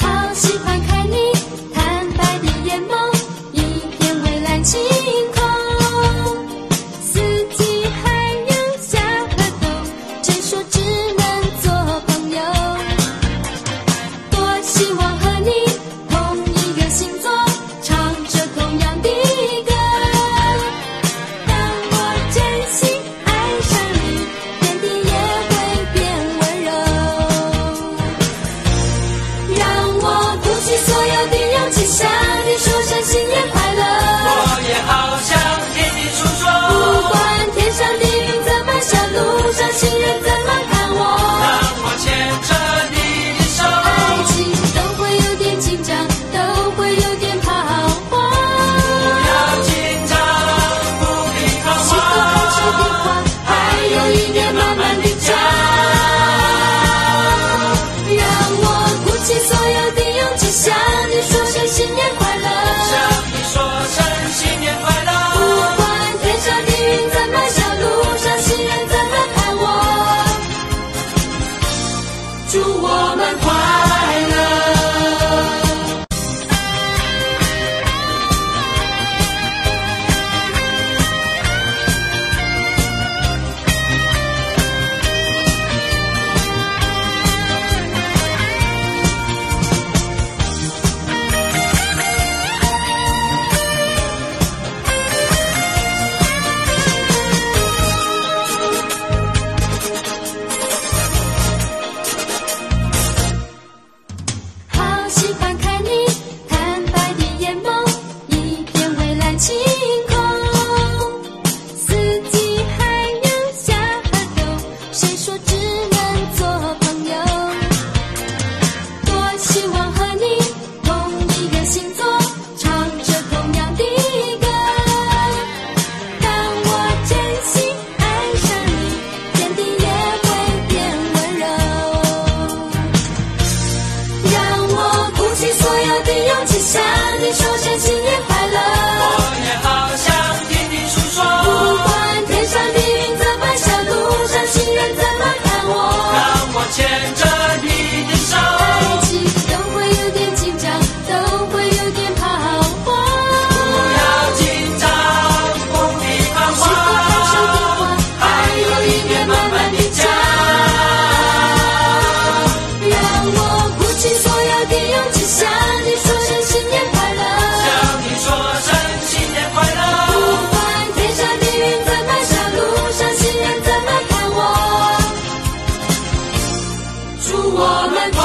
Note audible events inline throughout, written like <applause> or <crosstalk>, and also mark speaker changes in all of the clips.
Speaker 1: 好喜欢看你坦白的眼眸，一片蔚蓝晴空。四季还有小河东，谁说只能做朋友？多希望和你同一个星座，唱着同样的歌。当我真心爱上你，天地也会变温柔。让我鼓起所有的勇气，向你说声新年快乐。
Speaker 2: 我也好想听你诉
Speaker 1: 不
Speaker 2: 说，
Speaker 1: 管天上的云怎么笑，路上行人怎么看
Speaker 2: 当
Speaker 1: 我，
Speaker 2: 我牵着你的手，
Speaker 1: 爱情都会有点紧张，都会有点彷徨。
Speaker 2: 不要紧张，不必彷
Speaker 1: 时刻保持
Speaker 2: 徨，
Speaker 1: 平缓，还有一点慢慢的讲。让我鼓起所有的勇气，向你说声新年快乐。
Speaker 2: 向你说声新年快
Speaker 1: 不
Speaker 2: 乐。
Speaker 1: 管天上的云怎么笑，路上行人怎么看我，祝我们快乐。好喜欢看你坦白的眼眸，一片蔚蓝晴空。四季还有小河东，谁说只能做朋友？多希望和你同一个星座，唱着同样的歌。当我真心爱上你，天地也会变温柔。让我鼓起所有的勇气，向你说声新年快乐。
Speaker 2: 我也好想听你诉说，
Speaker 1: 不管天上的云怎么笑，路上行人怎么看
Speaker 2: 当
Speaker 1: 我，
Speaker 2: 我牵着你的手，
Speaker 1: 爱情都会有点紧张，都会有点彷
Speaker 2: 不
Speaker 1: 徨。
Speaker 2: 要紧张，不必彷
Speaker 1: 时刻保持平
Speaker 2: 徨，
Speaker 1: 缓，
Speaker 2: 还有一点慢慢的讲。
Speaker 1: 让我鼓起所有的勇气，向你说声新年快乐。
Speaker 2: 向你说声新年快
Speaker 1: 不
Speaker 2: 乐，
Speaker 1: 管天上的云怎么笑，路上行人怎么看我，
Speaker 2: 祝我们快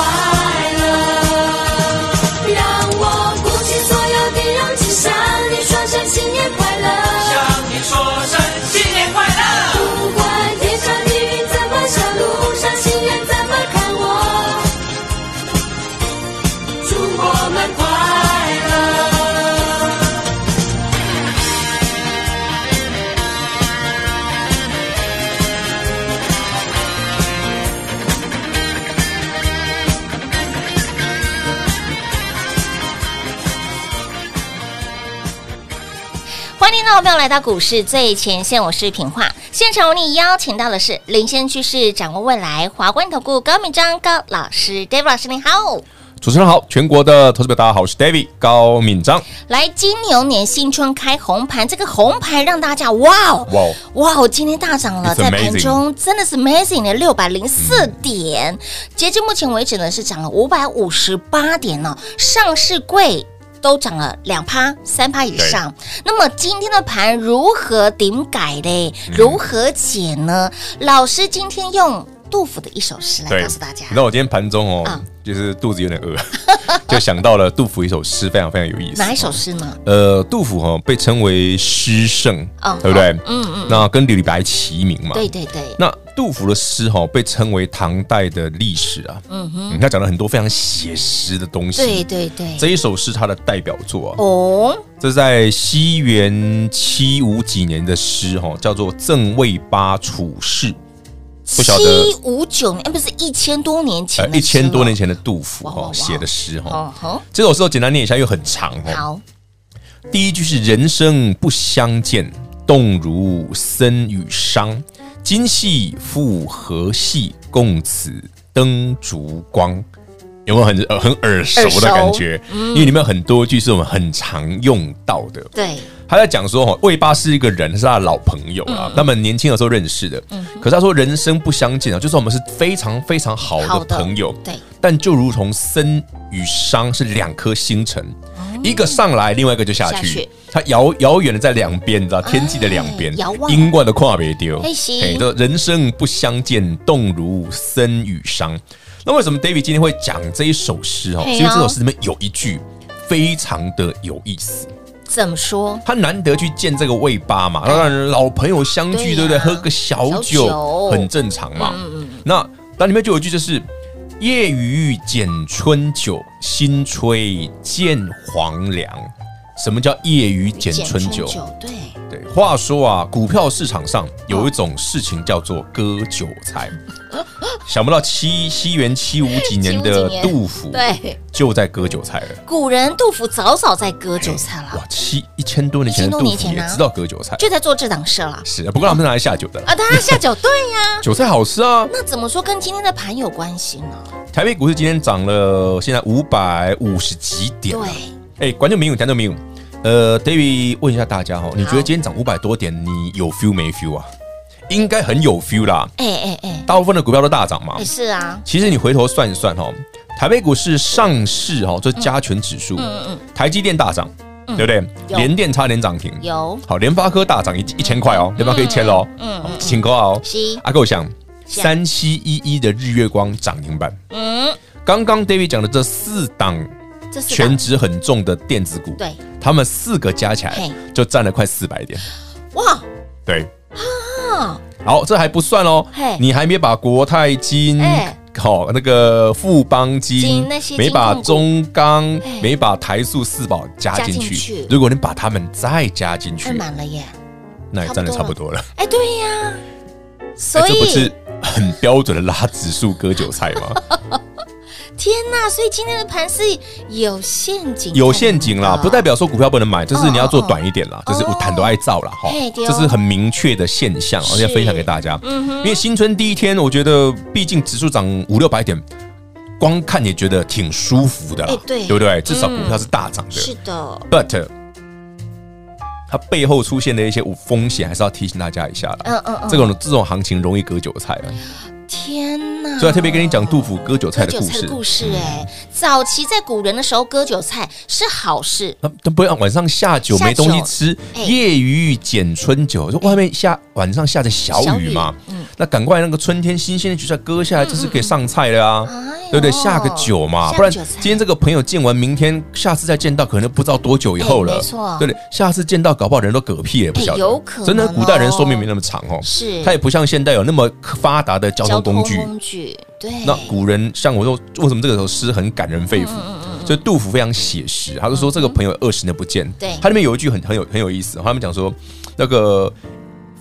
Speaker 2: 乐。
Speaker 1: 让我鼓起所有的勇气，向你说声新年快乐。
Speaker 2: 向你说声新年快乐，
Speaker 1: 不管天上的云怎么笑，路上行人怎么看我，
Speaker 2: 祝我们快乐。
Speaker 3: 欢迎听众朋友来到股市最前线，我是品化。现场为你邀请到的是领先趋势、掌握未来华冠投顾高敏章高老师，David 老师您好。
Speaker 4: 主持人好，全国的投资者大家好，我是 David 高敏章。
Speaker 3: 来，金牛年新春开红盘，这个红盘让大家哇哦
Speaker 4: 哇哦
Speaker 3: 哇哦，今天大涨了，
Speaker 4: It's
Speaker 3: 在盘
Speaker 4: amazing
Speaker 3: 中真的是 amazing 的六百零四点，截至目前为止呢是涨了五百五十八点哦，上市柜。都涨了两趴、三趴以上。那么今天的盘如何顶改嘞？
Speaker 4: 嗯
Speaker 3: 如何解呢？老师今天用杜甫的一首诗来
Speaker 4: 对
Speaker 3: 告诉大家，
Speaker 4: 你知道我今天盘中哦
Speaker 3: 嗯，
Speaker 4: 就是肚子有点饿， <laughs> 就想到了杜甫一首诗，非常非常有意思。
Speaker 3: 哪一首诗呢？
Speaker 4: 呃，杜甫哈、被称为诗圣，
Speaker 3: 哦
Speaker 4: 对不对？
Speaker 3: 嗯
Speaker 4: 嗯。那跟李白齐名嘛。
Speaker 3: 对对对，
Speaker 4: 那杜甫的诗哈、被称为唐代的历史啊，嗯哼，他讲了很多非常写实的东西。
Speaker 3: 对对对，
Speaker 4: 这一首是他的代表作啊，
Speaker 3: 哦，
Speaker 4: 这是在西元七五几年的诗哈、叫做《赠魏八处士》，不晓得
Speaker 3: 七五九年，哎不是一千多年前
Speaker 4: 呃，
Speaker 3: 的
Speaker 4: 一千多年
Speaker 3: 前，
Speaker 4: 前的杜甫
Speaker 3: 哇哇
Speaker 4: 哈
Speaker 3: 哇
Speaker 4: 写的诗哈。
Speaker 3: 哦吼，
Speaker 4: 这首诗我简单念一下，因为很长哦。
Speaker 3: 好，
Speaker 4: 第一句是“人生不相见，动如参与商。今夕复何夕，共此灯烛光。”有没有很呃很耳熟的感觉？
Speaker 3: 嗯
Speaker 4: 因为里面有很多句是我们很常用到的。
Speaker 3: 对，
Speaker 4: 他在讲说，哦，魏八是一个人，是他的老朋友
Speaker 3: 嗯
Speaker 4: 啊，他们年轻的时候认识的。可是他说人生不相见啊，就是我们是非常非常好的朋友，
Speaker 3: 对，
Speaker 4: 但就如同参与商是两颗星辰，一个上来，另外一个就下
Speaker 3: 哦下去
Speaker 4: 去，它遥遥远的在两边，你知道天际的两边
Speaker 3: 哎遥，望哎
Speaker 4: 因果的跨别丢。
Speaker 3: 嘿是
Speaker 4: 嘿这人生不相见，动如参与商。那为什么 David 今天会讲这一首诗哦？
Speaker 3: 嘿啊
Speaker 4: 是因为这首诗里面有一句非常的有意思。
Speaker 3: 怎么说？
Speaker 4: 他难得去见这个魏八嘛，当然老朋友相聚，对
Speaker 3: 哎对呀
Speaker 4: 不对？喝个小
Speaker 3: 小
Speaker 4: 酒
Speaker 3: 酒嗯
Speaker 4: 很正常嘛。那那里面就有一句就是“夜雨剪春酒，新炊见黄粱”。什么叫夜雨剪春酒？
Speaker 3: 对，
Speaker 4: 对，话说啊，股票市场上有一种事情叫做割韭
Speaker 3: <laughs>
Speaker 4: 菜。想不到七西元七五几年
Speaker 3: 七五
Speaker 4: 的
Speaker 3: 几年
Speaker 4: 杜甫，
Speaker 3: 对，
Speaker 4: 就在割韭菜了。
Speaker 3: 古人杜甫早早在割韭菜了，
Speaker 4: 哇，七一千多年前的
Speaker 3: 1000多
Speaker 4: 杜
Speaker 3: 年
Speaker 4: 甫
Speaker 3: 前
Speaker 4: 也
Speaker 3: 啊
Speaker 4: 知道割韭菜。
Speaker 3: 就在做这档事了
Speaker 4: 是，不过他们是拿来下酒的啦。
Speaker 3: 啊！当然下酒，对呀， <laughs>
Speaker 4: 韭菜好吃啊！
Speaker 3: 那怎么说跟今天的盘有关系呢？
Speaker 4: 台北股市今天涨了，现在五百五十几点、啊。
Speaker 3: 对，
Speaker 4: 对，哎、观众朋友，观众朋友，呃，David 问一下大家哦，你觉得今天涨五百多点，你有 feel 没 feel 啊？应该很有 feel 啦，
Speaker 3: 哎哎哎，
Speaker 4: 大部分的股票都大涨嘛
Speaker 3: 也。是啊，
Speaker 4: 其实你回头算一算哦，台北股市上市哦，这加权指
Speaker 3: 嗯
Speaker 4: 数，台积电大涨，对不对？
Speaker 3: 有
Speaker 4: 联电差点涨停，
Speaker 3: 有
Speaker 4: 好，联发科大涨一一千块哦，联发科一千喽，嗯，请扣哦，
Speaker 3: 是
Speaker 4: 阿够想三七一一的日月光涨停板，
Speaker 3: 嗯，
Speaker 4: 刚刚 David 讲的这四档
Speaker 3: 这是
Speaker 4: 全值很重的电子股，
Speaker 3: 对，
Speaker 4: 他们四个加起来
Speaker 3: 嘿
Speaker 4: 就占了快四百点，
Speaker 3: 哇，
Speaker 4: 对好，这还不算哦
Speaker 3: 啊嘿，
Speaker 4: 你还没把国泰金
Speaker 3: 哎。
Speaker 4: 好、那个富邦金
Speaker 3: 金那些金控股
Speaker 4: 没把中钢
Speaker 3: 哎，
Speaker 4: 没把台塑四宝加进
Speaker 3: 加进
Speaker 4: 去。
Speaker 3: 去哎
Speaker 4: 如果你把他们再加进去
Speaker 3: 太，满了耶！
Speaker 4: 那也占的差不多了。
Speaker 3: 哎，对呀，
Speaker 4: 哎
Speaker 3: 所
Speaker 4: 这不是
Speaker 3: 以
Speaker 4: 很标准的拉指数割韭菜
Speaker 3: <laughs>
Speaker 4: 吗？
Speaker 3: 天呐，所以今天的盘是有陷阱，
Speaker 4: 有陷阱啦，不代
Speaker 3: 表
Speaker 4: 表说股票不能买，就是你要做
Speaker 3: 哦
Speaker 4: 短一点啦，
Speaker 3: 哦
Speaker 4: 就是我坦都爱造啦，哈
Speaker 3: 嘿，对哦
Speaker 4: 这是很明确的现象，而且
Speaker 3: 是嗯
Speaker 4: 分享给大家。因为新春第一天，我觉得毕竟指数涨五六百点，光看也觉得挺舒服的啦
Speaker 3: 哎，对
Speaker 4: 不对？至少股票是大涨
Speaker 3: 是
Speaker 4: 的
Speaker 3: 的，
Speaker 4: ，but 它背后出现的一些风险，还是要提醒大家一下啦。
Speaker 3: 嗯嗯嗯，
Speaker 4: 这种这种行情容易割韭菜啊，
Speaker 3: 天呐！
Speaker 4: 所以特别跟你讲杜甫割韭菜
Speaker 3: 割
Speaker 4: 的
Speaker 3: 韭
Speaker 4: 故
Speaker 3: 菜
Speaker 4: 事
Speaker 3: 的。故事哎、早期在古人的时候割韭菜是好事，
Speaker 4: 那都不要晚上下酒
Speaker 3: 下
Speaker 4: 没东西
Speaker 3: 酒
Speaker 4: 吃，
Speaker 3: 哎
Speaker 4: 夜雨剪春酒，就外面下晚上下着小雨嘛，
Speaker 3: 嗯
Speaker 4: 那赶快那个春天新鲜的橘菜割下来，这是可以上菜的啊，
Speaker 3: 哎呦
Speaker 4: 对不对？下个酒嘛，
Speaker 3: 哦下
Speaker 4: 不然
Speaker 3: 酒菜
Speaker 4: 今天这个朋友见完，明天下次再见到，可能不知道多久以后了，
Speaker 3: 哎没错
Speaker 4: 对不对？下次见到搞不好人都嗝屁也不晓
Speaker 3: 哎
Speaker 4: 得，
Speaker 3: 有可能
Speaker 4: 真的古代人
Speaker 3: 哦
Speaker 4: 寿命没那么长哦，
Speaker 3: 是
Speaker 4: 它也不像现代有那么发达的交通工具
Speaker 3: 交，工具对，
Speaker 4: 那古人像我说，为什么这个首诗很感人肺腑？
Speaker 3: 嗯
Speaker 4: 所以杜甫非常写实，他就说这个朋友二十年不见，
Speaker 3: 对
Speaker 4: 他里面有一句很很有很有意思，他们讲说那个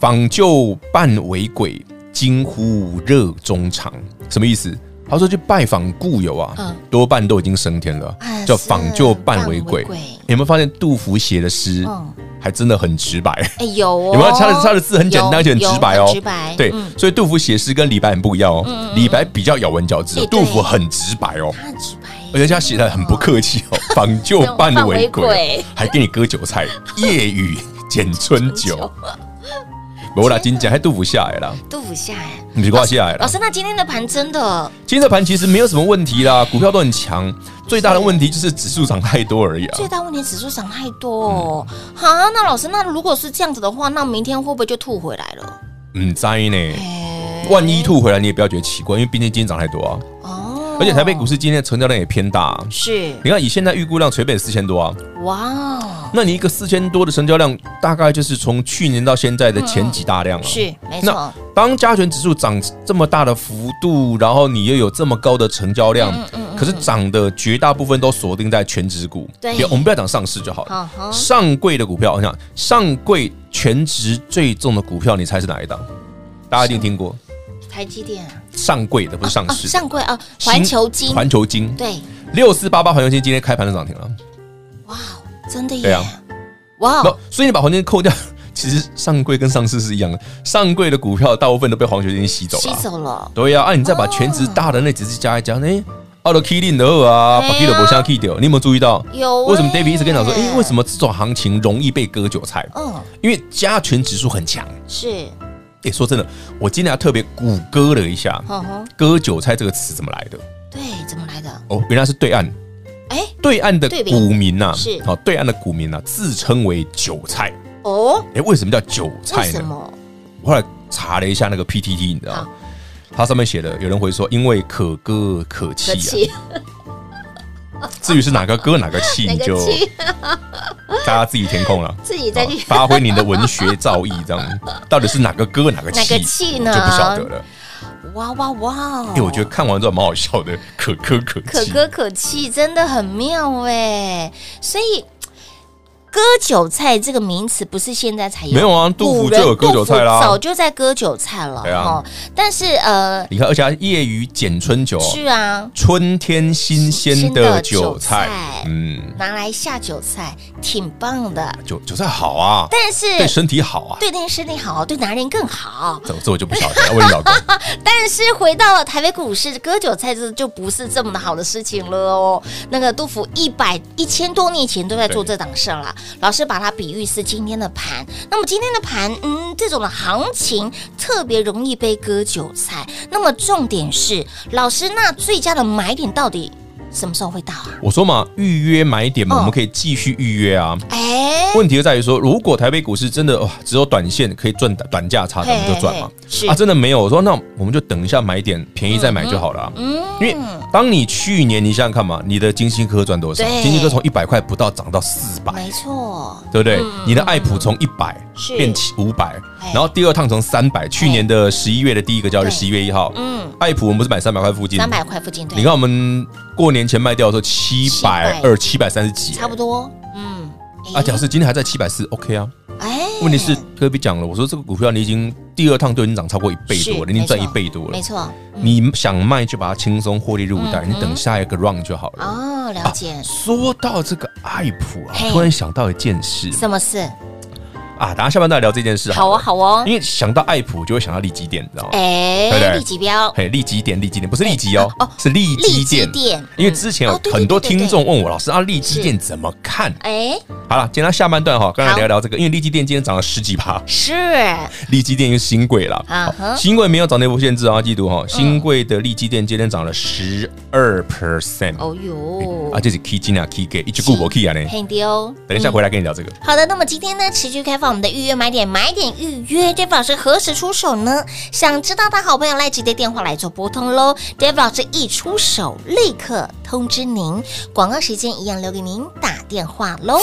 Speaker 4: 访旧伴为鬼，惊呼热衷肠，什么意思？他说去拜访故友啊
Speaker 3: 嗯，
Speaker 4: 多半都已经升天了
Speaker 3: 啊，
Speaker 4: 叫
Speaker 3: 是
Speaker 4: 访旧伴为鬼
Speaker 3: 伴为鬼。
Speaker 4: 有没有发现杜甫写的诗
Speaker 3: 嗯
Speaker 4: 还真的很直白？
Speaker 3: 哎有哦，
Speaker 4: 有没有？他的他的字很简单，
Speaker 3: 有
Speaker 4: 而且很直白
Speaker 3: 有
Speaker 4: 哦，
Speaker 3: 很直白
Speaker 4: 对
Speaker 3: 嗯，
Speaker 4: 所以杜甫写诗跟李白很不一样哦，李白比较咬文嚼字
Speaker 3: 哎
Speaker 4: 哦，
Speaker 3: 嗯对
Speaker 4: 杜甫很直白哦。
Speaker 3: 他很直白耶，
Speaker 4: 而且他写的很不客气哦，访旧伴为
Speaker 3: 反为
Speaker 4: 鬼啊
Speaker 3: 鬼，
Speaker 4: 还给你割韭菜，夜雨剪春酒。
Speaker 3: <laughs> 久
Speaker 4: 没啦，今天还杜甫下来了，
Speaker 3: 杜甫下哎，
Speaker 4: 你是挂下来
Speaker 3: 老
Speaker 4: 了。
Speaker 3: 师，那今天的盘真的
Speaker 4: 今天的啊盘其实没有什么问题啦，股票都很强，最大的问题就是指数涨太多而已啊
Speaker 3: 最。大问题指数涨太多哦，
Speaker 4: 嗯
Speaker 3: 好，那老师，那如果是这样子的话，那明天会不会就吐回来了？
Speaker 4: 嗯，灾呢，
Speaker 3: 哎
Speaker 4: 万一吐回来你也不要觉得奇怪，因为毕竟今天涨太多啊。
Speaker 3: 哦，
Speaker 4: 而且台北股市今天的成交量也偏大啊、
Speaker 3: 是
Speaker 4: 你看以现在预估量随便四千多啊，
Speaker 3: 哇哦，
Speaker 4: 那你一个四千多的成交量，大概就是从去年到现在的前几大量了、
Speaker 3: 嗯是没
Speaker 4: 那
Speaker 3: 错，
Speaker 4: 当加权指数涨这么大的幅度，然后你又有这么高的成交
Speaker 3: 嗯
Speaker 4: 量，可是涨的绝大部分都锁定在全指股，
Speaker 3: 对
Speaker 4: 别我们不要讲上市就好
Speaker 3: 好
Speaker 4: 了。
Speaker 3: 好
Speaker 4: 上柜的股票，我想上柜全值最重的股票，你猜是哪一档？大家一定听过
Speaker 3: 台积电啊
Speaker 4: 上柜的，不是上
Speaker 3: 哦
Speaker 4: 市。
Speaker 3: 上柜哦，
Speaker 4: 新
Speaker 3: 环球金
Speaker 4: 环球金，
Speaker 3: 对，
Speaker 4: 六四八八环球金今天开盘就涨停了。
Speaker 3: 哇哦，真的
Speaker 4: 对
Speaker 3: 耶
Speaker 4: 啊，
Speaker 3: 哇
Speaker 4: 那
Speaker 3: 哦，
Speaker 4: 所以你把黄金扣掉， <laughs> 其实上柜跟上市是一样的，上柜的股票大部分都被黄学金吸走了
Speaker 3: 吸
Speaker 4: 啊。
Speaker 3: 走了，
Speaker 4: 对呀、啊，你再把全值大的那几只加一加，哎、奥 K 零的二啊，
Speaker 3: 哎
Speaker 4: 把
Speaker 3: 呀
Speaker 4: K 的博下 K 掉，你有没有注意到？
Speaker 3: 有
Speaker 4: 为什么
Speaker 3: 欸
Speaker 4: David 一直跟你讲说，哎、为什么这种行情容易被割韭菜？
Speaker 3: 嗯，
Speaker 4: 因为加权指数很强。
Speaker 3: 是，
Speaker 4: 哎、说真的，我今天还特别谷歌了一下，
Speaker 3: 哼嗯哼，
Speaker 4: 割韭菜这个词怎么来的？
Speaker 3: 对，怎么来的？
Speaker 4: 哦，原来是对岸
Speaker 3: 哎，
Speaker 4: 对岸的
Speaker 3: 对比
Speaker 4: 股民呐、
Speaker 3: 是
Speaker 4: 好、对岸的股民呐、自称为韭菜。
Speaker 3: 哦，
Speaker 4: 哎、为什么叫韭
Speaker 3: 为
Speaker 4: 菜
Speaker 3: 什
Speaker 4: 呢？
Speaker 3: 么？
Speaker 4: 我后来查了一下那个 PTT，你知道吗，它上面写的有人会说，因为可歌可
Speaker 3: 客
Speaker 4: 泣
Speaker 3: 气，
Speaker 4: 啊， <laughs> 至于是哪个歌哪个
Speaker 3: <laughs>
Speaker 4: 泣，
Speaker 3: 那
Speaker 4: 你就
Speaker 3: 个气， <laughs>
Speaker 4: 大家自己填空了，
Speaker 3: 自己再去
Speaker 4: 啊发挥你的文学造诣，
Speaker 3: <laughs>
Speaker 4: 这样到底是哪个歌哪个
Speaker 3: 哪个
Speaker 4: 泣
Speaker 3: 气
Speaker 4: 就
Speaker 3: 呢？
Speaker 4: 不晓得了。哎
Speaker 3: 哇哇哇！
Speaker 4: 因为我觉得看完之后蛮好笑的，可歌可
Speaker 3: 可
Speaker 4: 泣。
Speaker 3: 歌可泣真的很妙哎，所以。割韭菜这个名词不是现在才有，
Speaker 4: 没有啊杜甫就有割韭菜啦
Speaker 3: 古人杜甫早就在割韭菜了。
Speaker 4: 对啊
Speaker 3: 哦，但是呃，
Speaker 4: 你看，而且它夜雨剪春酒，哦
Speaker 3: 是啊，
Speaker 4: 春天新鲜
Speaker 3: 新的
Speaker 4: 的
Speaker 3: 韭
Speaker 4: 韭菜
Speaker 3: 菜，
Speaker 4: 嗯，
Speaker 3: 拿来下酒菜挺棒的，
Speaker 4: 韭韭菜好啊，
Speaker 3: 但是
Speaker 4: 对身体好啊。
Speaker 3: 对那个身体好，对男人更好。
Speaker 4: 这这我就不晓得，要问老公。
Speaker 3: 但是回到了台北股市，割韭菜这就不是这么的好的事情了哦。那个杜甫一百一千多年前都在做这档事了，老师把它比喻是今天的盘。那么今天的盘，嗯，这种的行情特别容易被割韭菜。那么重点是，老师那最佳的买点到底什么时候会到啊？
Speaker 4: 我说嘛，预约买点嘛，
Speaker 3: 嗯
Speaker 4: 我们可以继续预约啊。
Speaker 3: 哎，
Speaker 4: 问题就在于说，如果台北股市真的哇，只有短线可以赚短短价差，咱们就赚
Speaker 3: 嘿。
Speaker 4: 嘛
Speaker 3: 哎嘿嘿是
Speaker 4: 啊，真的没有，我说那我们就等一下买点便宜再买就好了啊、
Speaker 3: 嗯
Speaker 4: 因为当你去年你想想看嘛，你的金星科赚多少
Speaker 3: 对？
Speaker 4: 金星科从一百块不到涨到四百，
Speaker 3: 没错，
Speaker 4: 对不对？你的爱普从一百
Speaker 3: 嗯是
Speaker 4: 变七五百
Speaker 3: 哎，
Speaker 4: 然后第二趟从三百，去年的十一月的第一个交易日
Speaker 3: 对
Speaker 4: 十一月一号，
Speaker 3: 嗯，
Speaker 4: 爱普我们不是买三百块附近，
Speaker 3: 三百块附近，对，
Speaker 4: 你看我们过年前卖掉的时候七百二、七百三十几，
Speaker 3: 差不多，嗯，哎
Speaker 4: 啊，假设今天还在七百四，OK 啊。
Speaker 3: 哎
Speaker 4: 问题是，隔壁讲了，我说这个股票你已经第二趟都已经涨超过一倍多了，
Speaker 3: 是
Speaker 4: 你已经赚
Speaker 3: 没
Speaker 4: 一
Speaker 3: 错
Speaker 4: 倍多了
Speaker 3: 没。错嗯
Speaker 4: 你想卖就把它轻松获利入袋，你等下一个 round 就好了。
Speaker 3: 哦，了解。
Speaker 4: 啊说到这个爱普啊
Speaker 3: 嘿，
Speaker 4: 突然想到一件事
Speaker 3: 什么事？
Speaker 4: 啊，大家下半段聊这件事
Speaker 3: 好
Speaker 4: 了
Speaker 3: 哦，好哦。
Speaker 4: 因为想到爱普就会想到利基店，你知道吗？对不
Speaker 3: 哎，
Speaker 4: 对
Speaker 3: 利己标，
Speaker 4: 嘿，利基店，利基店不是利基哦，是利基店。
Speaker 3: 店
Speaker 4: 因为之前
Speaker 3: 哦
Speaker 4: 有很多听，众问我，老师啊，利基店怎么看？
Speaker 3: 嗯哦对对对对对哎，
Speaker 4: 好了，简单下半段哈，刚才
Speaker 3: 好
Speaker 4: 聊聊这个，因为利基店今天涨了十几趴，
Speaker 3: 是
Speaker 4: 利基店又新贵了
Speaker 3: 啊嗯
Speaker 4: 好
Speaker 3: 哈
Speaker 4: 新贵没有涨跌幅限制啊，记住哈，新贵的利基店今天涨了十二 percent，
Speaker 3: 哦哟
Speaker 4: 啊，，这是 key 金啊 key 给一句股博 key 啊呢，
Speaker 3: 很丢。嗯
Speaker 4: 等一下回来跟你聊这个。
Speaker 3: 好的，那么今天呢，持续开放我们的预约买点，买点预约，Dave 老师何时出手呢？想知道的好朋友来直接电话来做拨通喽，Dave 老师一出手立刻通知您。广告时间一样留给您打电话喽。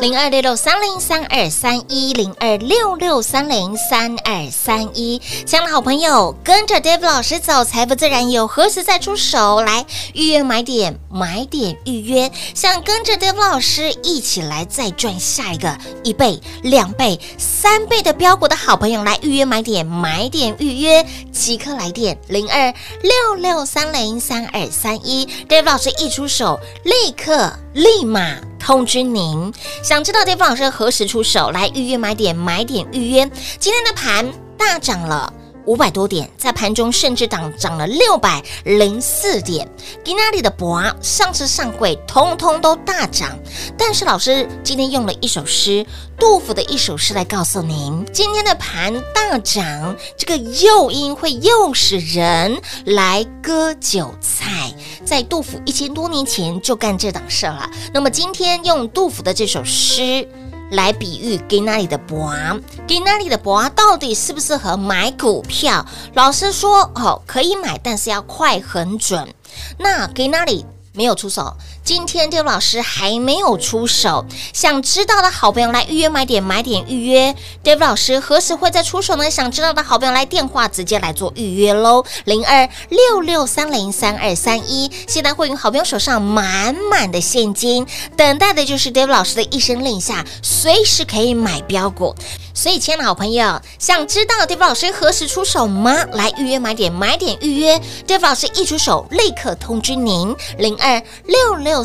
Speaker 3: 零二六六三零三二三一零二六六三零三二三一，亲爱的好朋友，跟着 Dave 老师走，财不自然有，何时再出手？来预约买点，买点预约，想跟着 Dave 老师一起来再赚下一个一倍、两倍、三倍的标股的好朋友，来预约买点，买点预约，即刻来电零二六六三零三二三一，Dave 老师一出手，立刻立马。通知您。想知道 Dave 老师何时出手来预约买点，买点预约。今天的盘大涨了。五百多点，在盘中甚至涨涨了六百零四点。吉纳里的博啊上市上柜通通都大涨，但是老师今天用了一首诗，杜甫的一首诗来告诉您，今天的盘大涨，这个诱因会诱使人来割韭菜。在杜甫一千多年前就干这档事儿了。那么今天用杜甫的这首诗来比喻给那里的博给那里的博到底适不适合买股票？老师说哦，可以买，但是要快很准。那给那里没有出手，今天这位老师还没有出手。想知道的好朋友来预约买点，买点预约。Dave 老师何时会再出手呢？想知道的好朋友来电话直接来做预约喽，零二六六三零三二三一。现在会员好朋友手上满满的现金，等待的就是 Dave 老师的一声令下，随时可以买标股。所以，亲爱的好朋友，想知道 Dave 老师何时出手吗？来预约买点，买点预约。Dave 老师一出手，立刻通知您，零二六六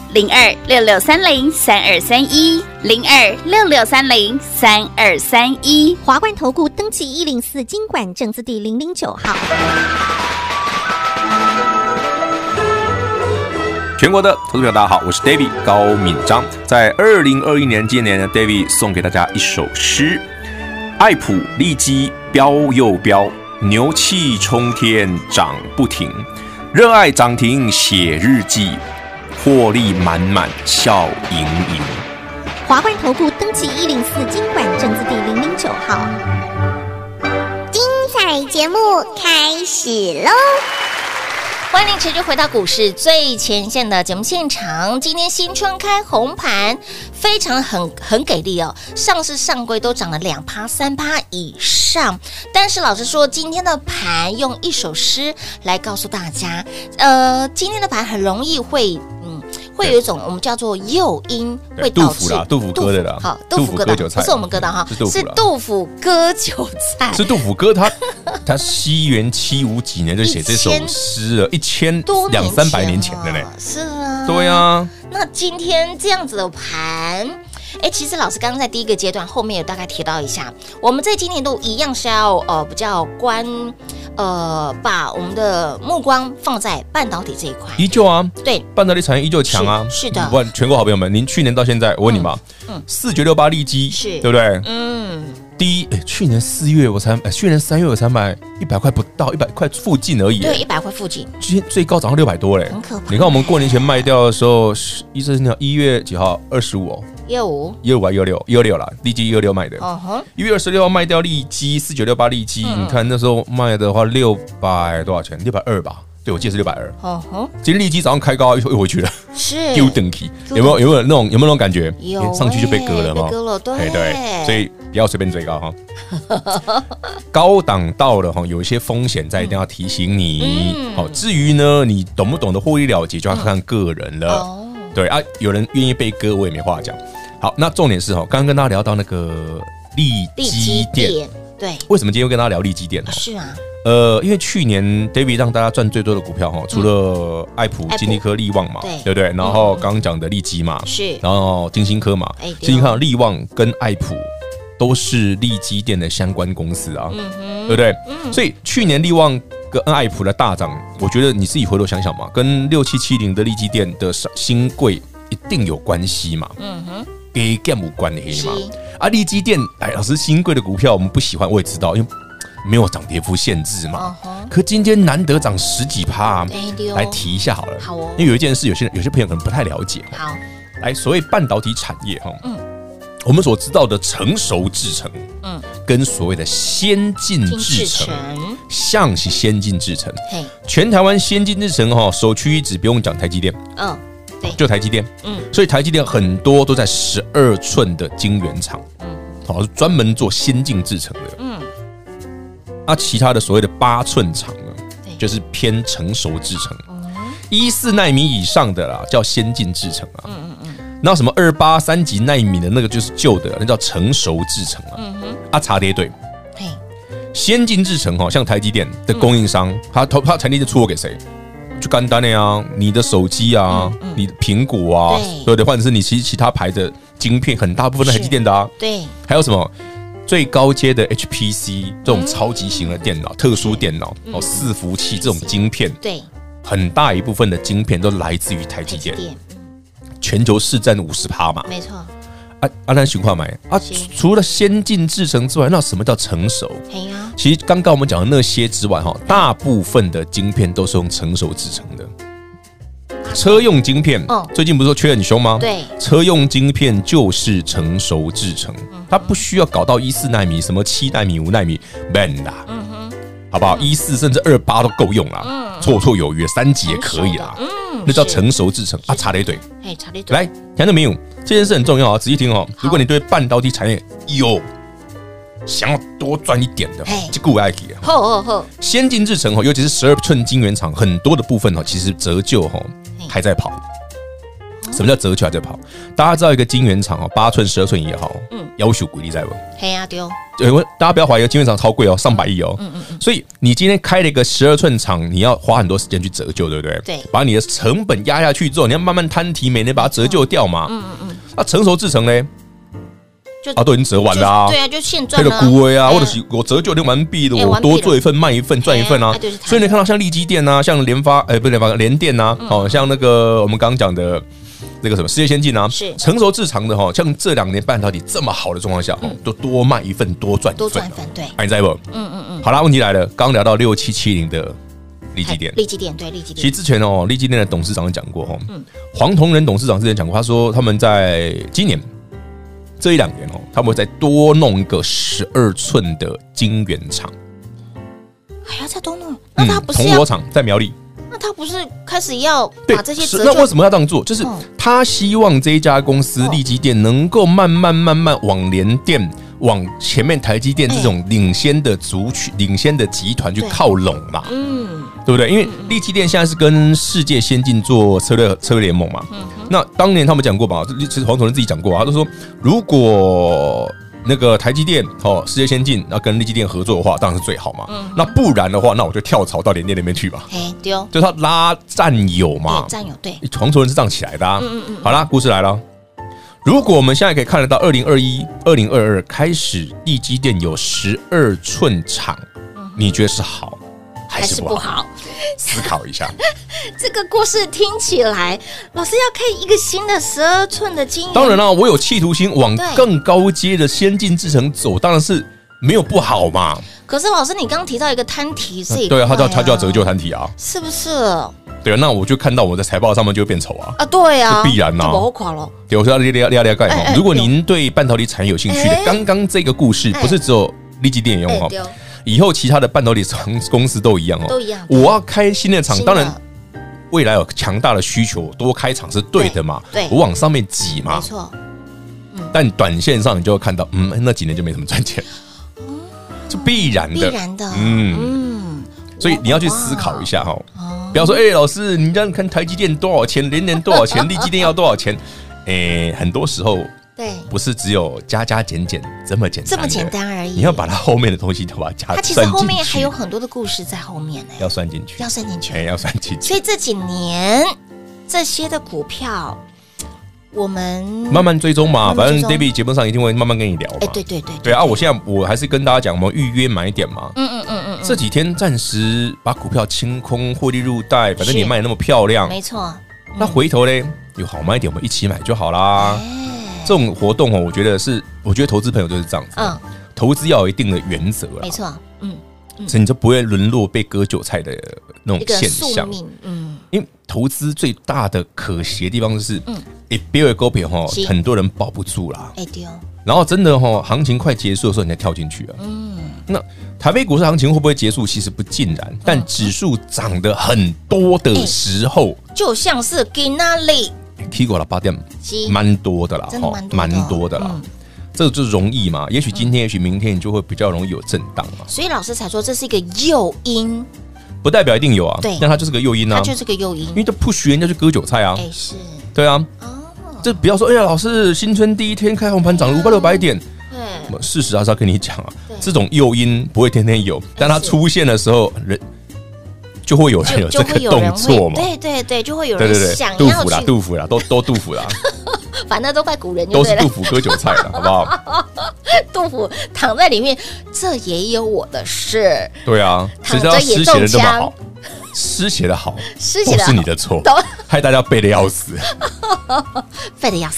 Speaker 5: 零二六六三零三二三一零二六六三零三二三一。
Speaker 6: 华冠投顾登记一零四经管证字第零零九号。
Speaker 4: 全国的投资朋友，大家好，我是 David 高敏章。在二零二一年今年呢，David 送给大家一首诗：爱普利基飙又飙，牛气冲天涨不停，热爱涨停写日记，获利满满笑盈盈。
Speaker 6: 华冠投顾登记一零四经管证字第零零九号。精彩节目开始喽！
Speaker 3: 欢迎持续回到股市最前线的节目现场。今天新春开红盘，非常很很给力哦，上市上柜都涨了两趴、三趴以上。但是老实说，今天的盘用一首诗来告诉大家，呃，今天的盘很容易会，嗯，会有一种我们叫做诱因，
Speaker 4: 对
Speaker 3: 会导
Speaker 4: 杜
Speaker 3: 致
Speaker 4: 甫啦杜甫歌的啦
Speaker 3: 好，
Speaker 4: 杜
Speaker 3: 杜
Speaker 4: 甫
Speaker 3: 甫歌的，
Speaker 4: 割韭菜
Speaker 3: 不是我们歌的哈
Speaker 4: 是杜，甫
Speaker 3: 是
Speaker 4: 啦
Speaker 3: 杜甫割韭菜，
Speaker 4: 是杜甫哥他 <laughs> 他西元七五几年就写这首诗了，一千
Speaker 3: 多年
Speaker 4: 两三百年前
Speaker 3: 前
Speaker 4: 的嘞
Speaker 3: 了。是啊，
Speaker 4: 对啊，
Speaker 3: 那今天这样子的盘，哎，其实老师刚刚在第一个阶段后面有大概提到一下，我们在今年度一样是要呃比较关呃把我们的目光放在半导体这一块，
Speaker 4: 依旧啊，
Speaker 3: 对，
Speaker 4: 半导体产业依旧强啊。
Speaker 3: 是是的嗯
Speaker 4: 不，全国好朋友们，您去年到现在，我问你嘛，四九六八利基
Speaker 3: 是
Speaker 4: 对不对？
Speaker 3: 嗯，
Speaker 4: 第一，哎去年四月我才，哎去年三月我才买一百块不到，一百块附近而已。
Speaker 3: 对，
Speaker 4: 哎
Speaker 3: 一百块附近，
Speaker 4: 今天最高涨到六百多嘞，
Speaker 3: 很可怕
Speaker 4: 你看我们过年前卖掉的时候，一这是一月几号？二十五哦，
Speaker 3: 业务，
Speaker 4: 一二五还一二六，一二六啦，利基一二六卖的。
Speaker 3: 嗯哼，
Speaker 4: 一月二十六号卖掉利基四九六八利
Speaker 3: 嗯
Speaker 4: 基，你看那时候卖的话六百多少钱？六百二吧？对，我记得是六百二。
Speaker 3: 嗯哼，
Speaker 4: 今天利基早上开高又又回去了，
Speaker 3: 是
Speaker 4: 丢等 key，有没有有没有那种有没有那种感觉？
Speaker 3: 有
Speaker 4: 连上去就被割了
Speaker 3: 欸
Speaker 4: 嘛
Speaker 3: 被。割了，
Speaker 4: 哎
Speaker 3: 对
Speaker 4: 对，所以不要随便追高 <laughs> 哈。高档到了哈，有一些风险在，一定要提醒你。
Speaker 3: 嗯
Speaker 4: 好，至于呢，你懂不懂得获利了结，就要看个人了。
Speaker 3: 哦，
Speaker 4: 对啊，有人愿意被割，我也没话讲。好，那重点是哈，刚刚跟大家聊到那个利
Speaker 3: 利
Speaker 4: 基
Speaker 3: 基
Speaker 4: 店。
Speaker 3: 点，对，
Speaker 4: 为什么今天会跟大家聊利基电
Speaker 3: 啊
Speaker 4: 呢？
Speaker 3: 是啊，
Speaker 4: 呃，因为去年 David 让大家赚最多的股票哈，除了嗯爱普
Speaker 3: 爱、普
Speaker 4: 金利科、利旺嘛，
Speaker 3: 对
Speaker 4: 对不对？嗯然后刚刚讲的利基嘛，
Speaker 3: 是
Speaker 4: 然后金星科嘛
Speaker 3: 哎对哦，
Speaker 4: 金星科、利旺跟爱普都是利基电的相关公司啊，
Speaker 3: 嗯哼，
Speaker 4: 对不对？所以去年利旺跟爱普的大涨，我觉得你自己回头想想嘛，跟六七七零的利基电的新贵一定有关系嘛，
Speaker 3: 嗯哼，
Speaker 4: 跟 game 有关系
Speaker 3: 是
Speaker 4: 嘛。啊，利基店，哎，老师新贵的股票我们不喜欢，我也知道，因为没有涨跌幅限制嘛
Speaker 3: 嗯。哼，
Speaker 4: 可今天难得涨十几趴、啊
Speaker 3: 哎对哦，
Speaker 4: 来提一下好了。
Speaker 3: 好哦
Speaker 4: 因为有一件事，有些人有些朋友可能不太了解。
Speaker 3: 好，
Speaker 4: 来，所谓半导体产业哈，
Speaker 3: 嗯
Speaker 4: 我们所知道的成熟制程，
Speaker 3: 嗯
Speaker 4: 跟所谓的先进
Speaker 3: 金志
Speaker 4: 制程，
Speaker 3: 成，
Speaker 4: 像是先进制程。
Speaker 3: 嘿，
Speaker 4: 全台湾先进制程哈，首屈一指，不用讲台积电，
Speaker 3: 嗯，
Speaker 4: 就台积电，
Speaker 3: 嗯
Speaker 4: 所以台积电很多都在十二寸的晶圆厂，
Speaker 3: 嗯
Speaker 4: 好、是专门做先进制程的，
Speaker 3: 嗯，
Speaker 4: 那、其他的所谓的八寸厂呢
Speaker 3: 对，哦
Speaker 4: 就是偏成熟制程，一四纳米以上的啦叫先进制程啊，嗯嗯嗯，那什么二八三级纳米的那个就是旧的，那叫成熟制程啊，
Speaker 3: 嗯哼，
Speaker 4: 啊查跌对。
Speaker 3: 嘿，
Speaker 4: 哦
Speaker 3: 嗯
Speaker 4: 先进制程哈、像台积电的供应商，他投他产地就出货给谁？就干单的呀，你的手机啊，你的苹果啊，
Speaker 3: 嗯对
Speaker 4: 对不对？或者是你其实其他牌的晶片，很大部分的台积电的啊，
Speaker 3: 对，
Speaker 4: 还有什么最高阶的 HPC 这
Speaker 3: 嗯
Speaker 4: 种超级型的电脑、特殊电脑哦，伺服器这种晶片，
Speaker 3: 对，
Speaker 4: 很大一部分的晶片都来自于台积
Speaker 3: 台积
Speaker 4: 电，
Speaker 3: 电，
Speaker 4: 全球市占五十趴嘛。
Speaker 3: 没错，
Speaker 4: 啊啊，那情况买啊，
Speaker 3: 是
Speaker 4: 除除了先进制程之外，那什么叫成熟？
Speaker 3: 哎呀，
Speaker 4: 其实刚刚我们讲的那些之外，哈，大部分的晶片都是用成熟制成的。车用晶片，
Speaker 3: 哦
Speaker 4: 最近不是说缺很凶吗？
Speaker 3: 对
Speaker 4: 车用晶片就是成熟制成，
Speaker 3: 嗯
Speaker 4: 它不需要搞到一四纳米、什么七纳米、五纳米，man 啦，
Speaker 3: 嗯
Speaker 4: 好不好？一四甚至二八都够用啦，绰绰有余，三级也可以啦，
Speaker 3: 嗯
Speaker 4: 那叫
Speaker 3: 是
Speaker 4: 成熟制成啊，差了一堆。
Speaker 3: 哎，查理，
Speaker 4: 来，听到没有？这件事很重要啊，仔细听哦。如果你对半导体产业有想要多赚一点的
Speaker 3: 嘿，
Speaker 4: 就顾爱给啊。
Speaker 3: 吼吼吼，
Speaker 4: 先进制程哦，尤其是十二寸晶圆厂，很多的部分哦，其实折旧哦
Speaker 3: 嘿
Speaker 4: 还在跑。什么叫折旧还在跑？大家知道一个晶圆厂哦，八寸、十二寸也好，
Speaker 3: 嗯
Speaker 4: 嗯，要求鼓励在不？
Speaker 3: 嘿呀哦丢，
Speaker 4: 呃，我大家不要怀疑，晶圆厂超贵哦，上百亿哦。所以你今天开了一个十二寸厂，你要花很多时间去折旧，对不对？
Speaker 3: 对
Speaker 4: 把你的成本压下去之后，你要慢慢摊提，每年把它折旧掉嘛。嗯嗯嗯。那成熟制成呢？
Speaker 3: 就
Speaker 4: 啊，都已经折完
Speaker 3: 就
Speaker 4: 了啊。
Speaker 3: 对啊，就现赚
Speaker 4: 配
Speaker 3: 了
Speaker 4: 了
Speaker 3: 啊，
Speaker 4: 枯威啊，
Speaker 3: 哎呀
Speaker 4: 或者是我折旧就完毕了，
Speaker 3: 哎
Speaker 4: 我
Speaker 3: 完毕了
Speaker 4: 多做一份卖一份赚一份
Speaker 3: 哎
Speaker 4: 啊
Speaker 3: 呀啊就是。它
Speaker 4: 所以你看到像利基电啊，像联发，哎，不是联发，联电啊，
Speaker 3: 嗯
Speaker 4: 哦，像那个我们刚刚讲的。那个什么世界先进啊，
Speaker 3: 是
Speaker 4: 成熟制长的哈，像这两年半导体这么好的状况下，哦，都多卖一份多赚
Speaker 3: 嗯
Speaker 4: 一
Speaker 3: 多
Speaker 4: 份
Speaker 3: 赚一份对
Speaker 4: 哎，你在不？嗯嗯嗯。好啦，问题来了，刚聊到六七七零的利基电
Speaker 3: 哎，立基点，对，嗯立基
Speaker 4: 其实
Speaker 3: 点，
Speaker 4: 之前哦，利基店的董事长也讲过哦，黄同仁董事长之前讲过，他说他们在今年这一两年哦，他们会再多弄一个十二寸的晶圆厂，
Speaker 3: 还要再多弄，那他不是
Speaker 4: 嗯铜锣
Speaker 3: 要，
Speaker 4: 厂在苗栗。
Speaker 3: 那他不是开始要
Speaker 4: 对
Speaker 3: 把这些，
Speaker 4: 是
Speaker 3: 折
Speaker 4: 那为
Speaker 3: 旧
Speaker 4: 什么要这样做？就是
Speaker 3: 哦
Speaker 4: 他希望这一家公司
Speaker 3: 哦
Speaker 4: 利基店能够慢慢慢慢往联电、往前面台积电这种领先的族群、领先的集团去
Speaker 3: 哎对
Speaker 4: 靠拢嘛。
Speaker 3: 嗯，
Speaker 4: 对不对？因为力基电现在是跟世界先进做策略策略联盟嘛。
Speaker 3: 嗯
Speaker 4: 那当年他们讲过吧，这其实黄崇仁自己讲过啊，他就说如果那个台积电哦，世界先进那跟力基电合作的话，当然是最好嘛。
Speaker 3: 嗯
Speaker 4: 那不然的话，那我就跳槽到联电那边去吧，
Speaker 3: 哎丢，
Speaker 4: 就他拉战友嘛
Speaker 3: 对，。占有哎对，
Speaker 4: 黄崇仁是这样起来的、啊。
Speaker 3: 嗯
Speaker 4: 好啦，故事来了。如果我们现在可以看得到，二零二一、二零二二开始，力基电有十二寸厂，你觉得是好还
Speaker 3: 嗯还
Speaker 4: 是
Speaker 3: 是
Speaker 4: 不
Speaker 3: 不
Speaker 4: 好？
Speaker 3: 好。
Speaker 4: 思考一下。
Speaker 3: 这个故事听起来，老师要开一个新的十二寸的晶圆，
Speaker 4: 当然啦、我有企图心，往
Speaker 3: 对
Speaker 4: 更高阶的先进制程走，当然是没有不好嘛。
Speaker 3: 可是老师，你刚刚提到一个摊提哎这一块、
Speaker 4: 对啊，他叫他就要折旧，摊体啊。
Speaker 3: 是不是？啊，
Speaker 4: 对啊，那我就看到我在财报上面就会变丑啊。
Speaker 3: 对啊，
Speaker 4: 这必然啊
Speaker 3: 就不垮了。
Speaker 4: 对，我说要列列列列盖
Speaker 3: 哎哎
Speaker 4: 哈。如果您对半导体产业有兴趣的
Speaker 3: 哎，
Speaker 4: 刚刚这个故事
Speaker 3: 哎
Speaker 4: 不是只有立基电用
Speaker 3: 哎
Speaker 4: 哈，
Speaker 3: 对哦
Speaker 4: 以后其他的半导体厂公司都一样哦，
Speaker 3: 都一样
Speaker 4: 我要开新的厂，
Speaker 3: 新的
Speaker 4: 当然未来有强大的需求，多开厂是对的嘛，
Speaker 3: 对对
Speaker 4: 我往上面挤
Speaker 3: 没
Speaker 4: 嘛。
Speaker 3: 错，
Speaker 4: 但短线上你就会看到，嗯，那几年就没怎么赚钱，这必然
Speaker 3: 哦必
Speaker 4: 的，
Speaker 3: 然的。
Speaker 4: 嗯，
Speaker 3: 嗯，
Speaker 4: 所以你要去思考一下哈，
Speaker 3: 哦，
Speaker 4: 不要说，哎，老师，你这样看台积电多少钱，联电多
Speaker 3: <laughs>
Speaker 4: 少钱，力积电要多少钱，哎，很多时候
Speaker 3: 对，
Speaker 4: 不是只有加加减减这么简单，
Speaker 3: 这么简，单而已。
Speaker 4: 你要把它后面的东西都把它加，
Speaker 3: 它其实
Speaker 4: 算进
Speaker 3: 后面还
Speaker 4: 去
Speaker 3: 有很多的故事在后面呢、
Speaker 4: 要算进去
Speaker 3: 要，算进去。
Speaker 4: 哎，要算进去，
Speaker 3: 所以这几年这些的股票，我们
Speaker 4: 慢慢追踪嘛，
Speaker 3: 慢慢
Speaker 4: 反
Speaker 3: 追
Speaker 4: 正
Speaker 3: 踪
Speaker 4: David 节目上一定会慢慢跟你聊
Speaker 3: 哎、
Speaker 4: 嘛。
Speaker 3: 对对对，
Speaker 4: 对啊，我现在我还是跟大家讲，我们预约买点嘛。
Speaker 3: 嗯嗯嗯嗯
Speaker 4: 这几天暂时把股票清空，获利入袋，反正你
Speaker 3: 是
Speaker 4: 卖得那么漂
Speaker 3: 嗯，
Speaker 4: 亮，
Speaker 3: 没错。
Speaker 4: 那回头嘞有好卖点，我们一起买就好啦。
Speaker 3: 哎，
Speaker 4: 这种活动哦，我觉得是，我觉得投资朋友就是这样子，啊
Speaker 3: 嗯，
Speaker 4: 投资要有一定的原则啦
Speaker 3: 没，错，嗯，
Speaker 4: 所以你就不会沦落被割韭菜的那
Speaker 3: 一
Speaker 4: 种
Speaker 3: 个
Speaker 4: 现
Speaker 3: 宿
Speaker 4: 象。
Speaker 3: 命，嗯，
Speaker 4: 因为投资最大的可惜的地方就是，哎，别为高票哈
Speaker 3: 是，
Speaker 4: 很多人保不住啦。
Speaker 3: 哎丢，
Speaker 4: 然后真的哈、哦，行情快结束的时候，你再跳进去啊。嗯，那台北股市行情会不会结束？其实不尽
Speaker 3: 嗯
Speaker 4: 然，但指数涨得很多的时候
Speaker 3: 就像是给那里，
Speaker 4: k i g o 了八点
Speaker 3: 是
Speaker 4: 蛮多的啦，
Speaker 3: 真的蛮多的嗯
Speaker 4: 蛮多的啦。这就容易嘛，也许今天，也许明天，你就会比较容易有震荡嘛，
Speaker 3: 所以老师才说这是一个诱因，
Speaker 4: 不代表一定有啊。
Speaker 3: 对
Speaker 4: 那它就是个诱因
Speaker 3: 它
Speaker 4: 啊，
Speaker 3: 就是个诱因
Speaker 4: 因，为这不许人家去割韭菜啊。
Speaker 3: 哎是
Speaker 4: 对啊，
Speaker 3: 哦，
Speaker 4: 这不要说，哎呀，老师，新春第一天开红盘涨了
Speaker 3: 啊
Speaker 4: 五百六百点，
Speaker 3: 对，
Speaker 4: 我事实还是要跟你讲啊
Speaker 3: 对，
Speaker 4: 这种诱因不会天天有，但它
Speaker 3: 是
Speaker 4: 出现的时候，人就会有人有
Speaker 3: 就
Speaker 4: 这
Speaker 3: 就会
Speaker 4: 个
Speaker 3: 有人
Speaker 4: 动作
Speaker 3: 会，
Speaker 4: 嘛。
Speaker 3: 对对对，就会有
Speaker 4: 对
Speaker 3: 人
Speaker 4: 对对
Speaker 3: 想，
Speaker 4: 杜
Speaker 3: 要
Speaker 4: 甫啦，
Speaker 3: 去，
Speaker 4: 杜甫啦，都都杜
Speaker 3: <laughs>
Speaker 4: 甫啦，
Speaker 3: 反正都怪古人就
Speaker 4: 都
Speaker 3: 对
Speaker 4: 是
Speaker 3: 了
Speaker 4: 杜。甫割韭菜了，好不好？
Speaker 3: 杜甫躺在里面，这也有我的事，
Speaker 4: 对啊，谁知道
Speaker 3: 躺着也
Speaker 4: 诗写的这
Speaker 3: 中
Speaker 4: 么好，诗写的好，
Speaker 3: 诗
Speaker 4: 不
Speaker 3: 写的
Speaker 4: 是你的错
Speaker 3: 都，
Speaker 4: 害大家背的要死。哎
Speaker 3: 废的要
Speaker 4: <laughs>
Speaker 3: 死，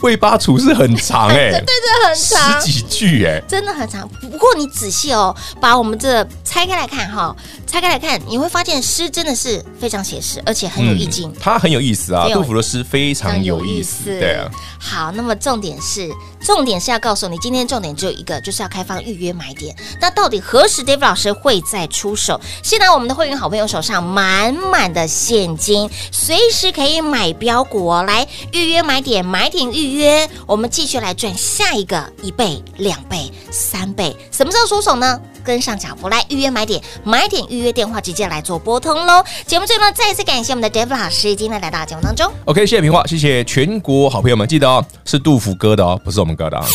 Speaker 4: 魏八楚是很长
Speaker 3: <laughs>
Speaker 4: 哎，对
Speaker 3: 这很长
Speaker 4: 十。几句哎，
Speaker 3: 真的很长，不过你仔细哦，把我们这拆开来看哈、拆开来看，你会发现诗真的是非常写实，而且很有意境。
Speaker 4: 它嗯很有意思啊。
Speaker 3: 很有
Speaker 4: 杜甫的诗非
Speaker 3: 哦非
Speaker 4: 常有意思，对啊，
Speaker 3: 好，那么重点是，重点是要告诉你，今天重点只有一个，就是要开放预约买点。那到底何时 David 老师会再出手？现在我们的会员好朋友手上满满的现金，随时可以买标股哦。来预约买点，买点预约，我们继续来赚下一个一倍、两倍、三倍。什么时候出手呢？跟上脚步来预约买点，买点预约电话直接来做拨通喽。节目最后呢，再次感谢我们的 David 老师今天来到节目当中。
Speaker 4: OK，谢谢平话，谢谢全国好朋友们，记得哦，是杜甫歌的哦，不是我们歌的啊。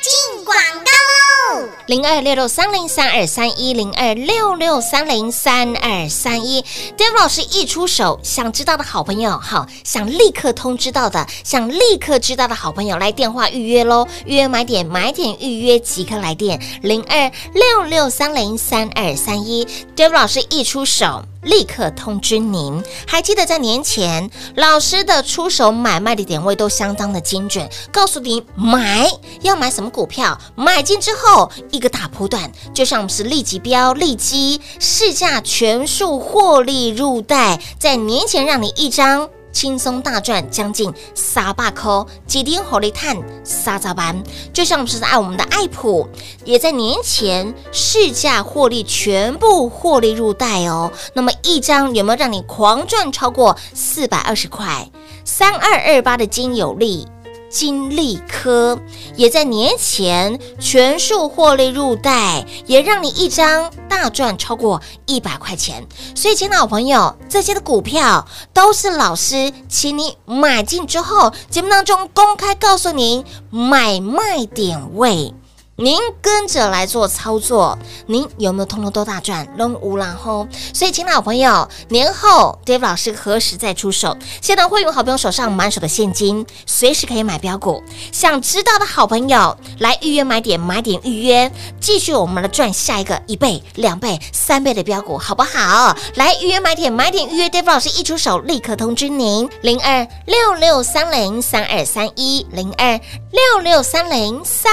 Speaker 6: 进广告喽！
Speaker 3: 零二六六三零三二三一零二六六三零三二三一，David 老师一出手，想知道的好朋友，好想立刻通知到的，想立刻知道的好朋友，来电话预约喽！预约买点，买点预约即刻来电零二六六三零三二三一，David 老师一出手。立刻通知您。还记得在年前，老师的出手买卖的点位都相当的精准，告诉你买要买什么股票，买进之后一个大波段，就像我们是利即标、利基市价全数获利入袋，在年前让你一张。轻松大赚将近三百块，几天火力探三十万，就像我们是爱我们的爱普，也在年前市价获利全部获利入袋哦。那么一张有没有让你狂赚超过四百二十块？三二二八的金有利。金利科也在年前全数获利入袋，也让你一张大赚超过一百块钱。所以，亲爱的好朋友，这些的股票都是老师请你买进之后，节目当中公开告诉您买卖点位。您跟着来做操作，您有没有通通都大赚？扔无然后，所以，亲爱的好朋友，年后 Dave 老师何时再出手？现在会员好朋友手上满手的现金，随时可以买标股。想知道的好朋友来预约买点，买点预约，继续我们来赚下一个一倍、两倍、三倍的标股，好不好？来预约买点，买点预约，Dave 老师一出手立刻通知您，零二六六三零三二三一零二六六三零三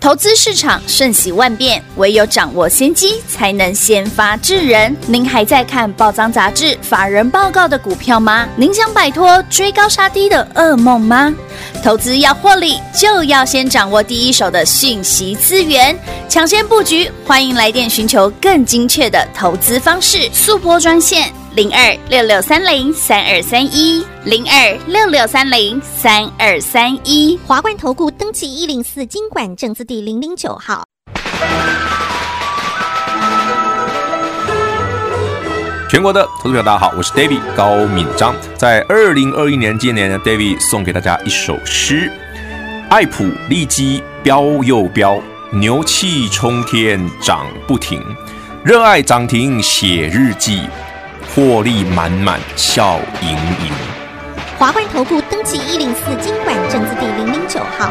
Speaker 5: 投资市场瞬息万变，唯有掌握先机，才能先发制人。您还在看报章杂志、法人报告的股票吗？您想摆脱追高杀低的噩梦吗？投资要获利，就要先掌握第一手的讯息资源，抢先布局。欢迎来电寻求更精确的投资方式，速拨专线零二六六三零三二三一零二六六三零三二三一。
Speaker 6: 华冠投顾登记一零四经管证字第零零九号。
Speaker 4: 全国的投资者大家好，我是 David 高敏章。在二零二一年今年呢，David 送给大家一首诗：爱普利基标又标，牛气冲天涨不停，热爱涨停写日记，获利满满笑盈盈。
Speaker 6: 华冠投顾登记一零四经管证字第零零九号。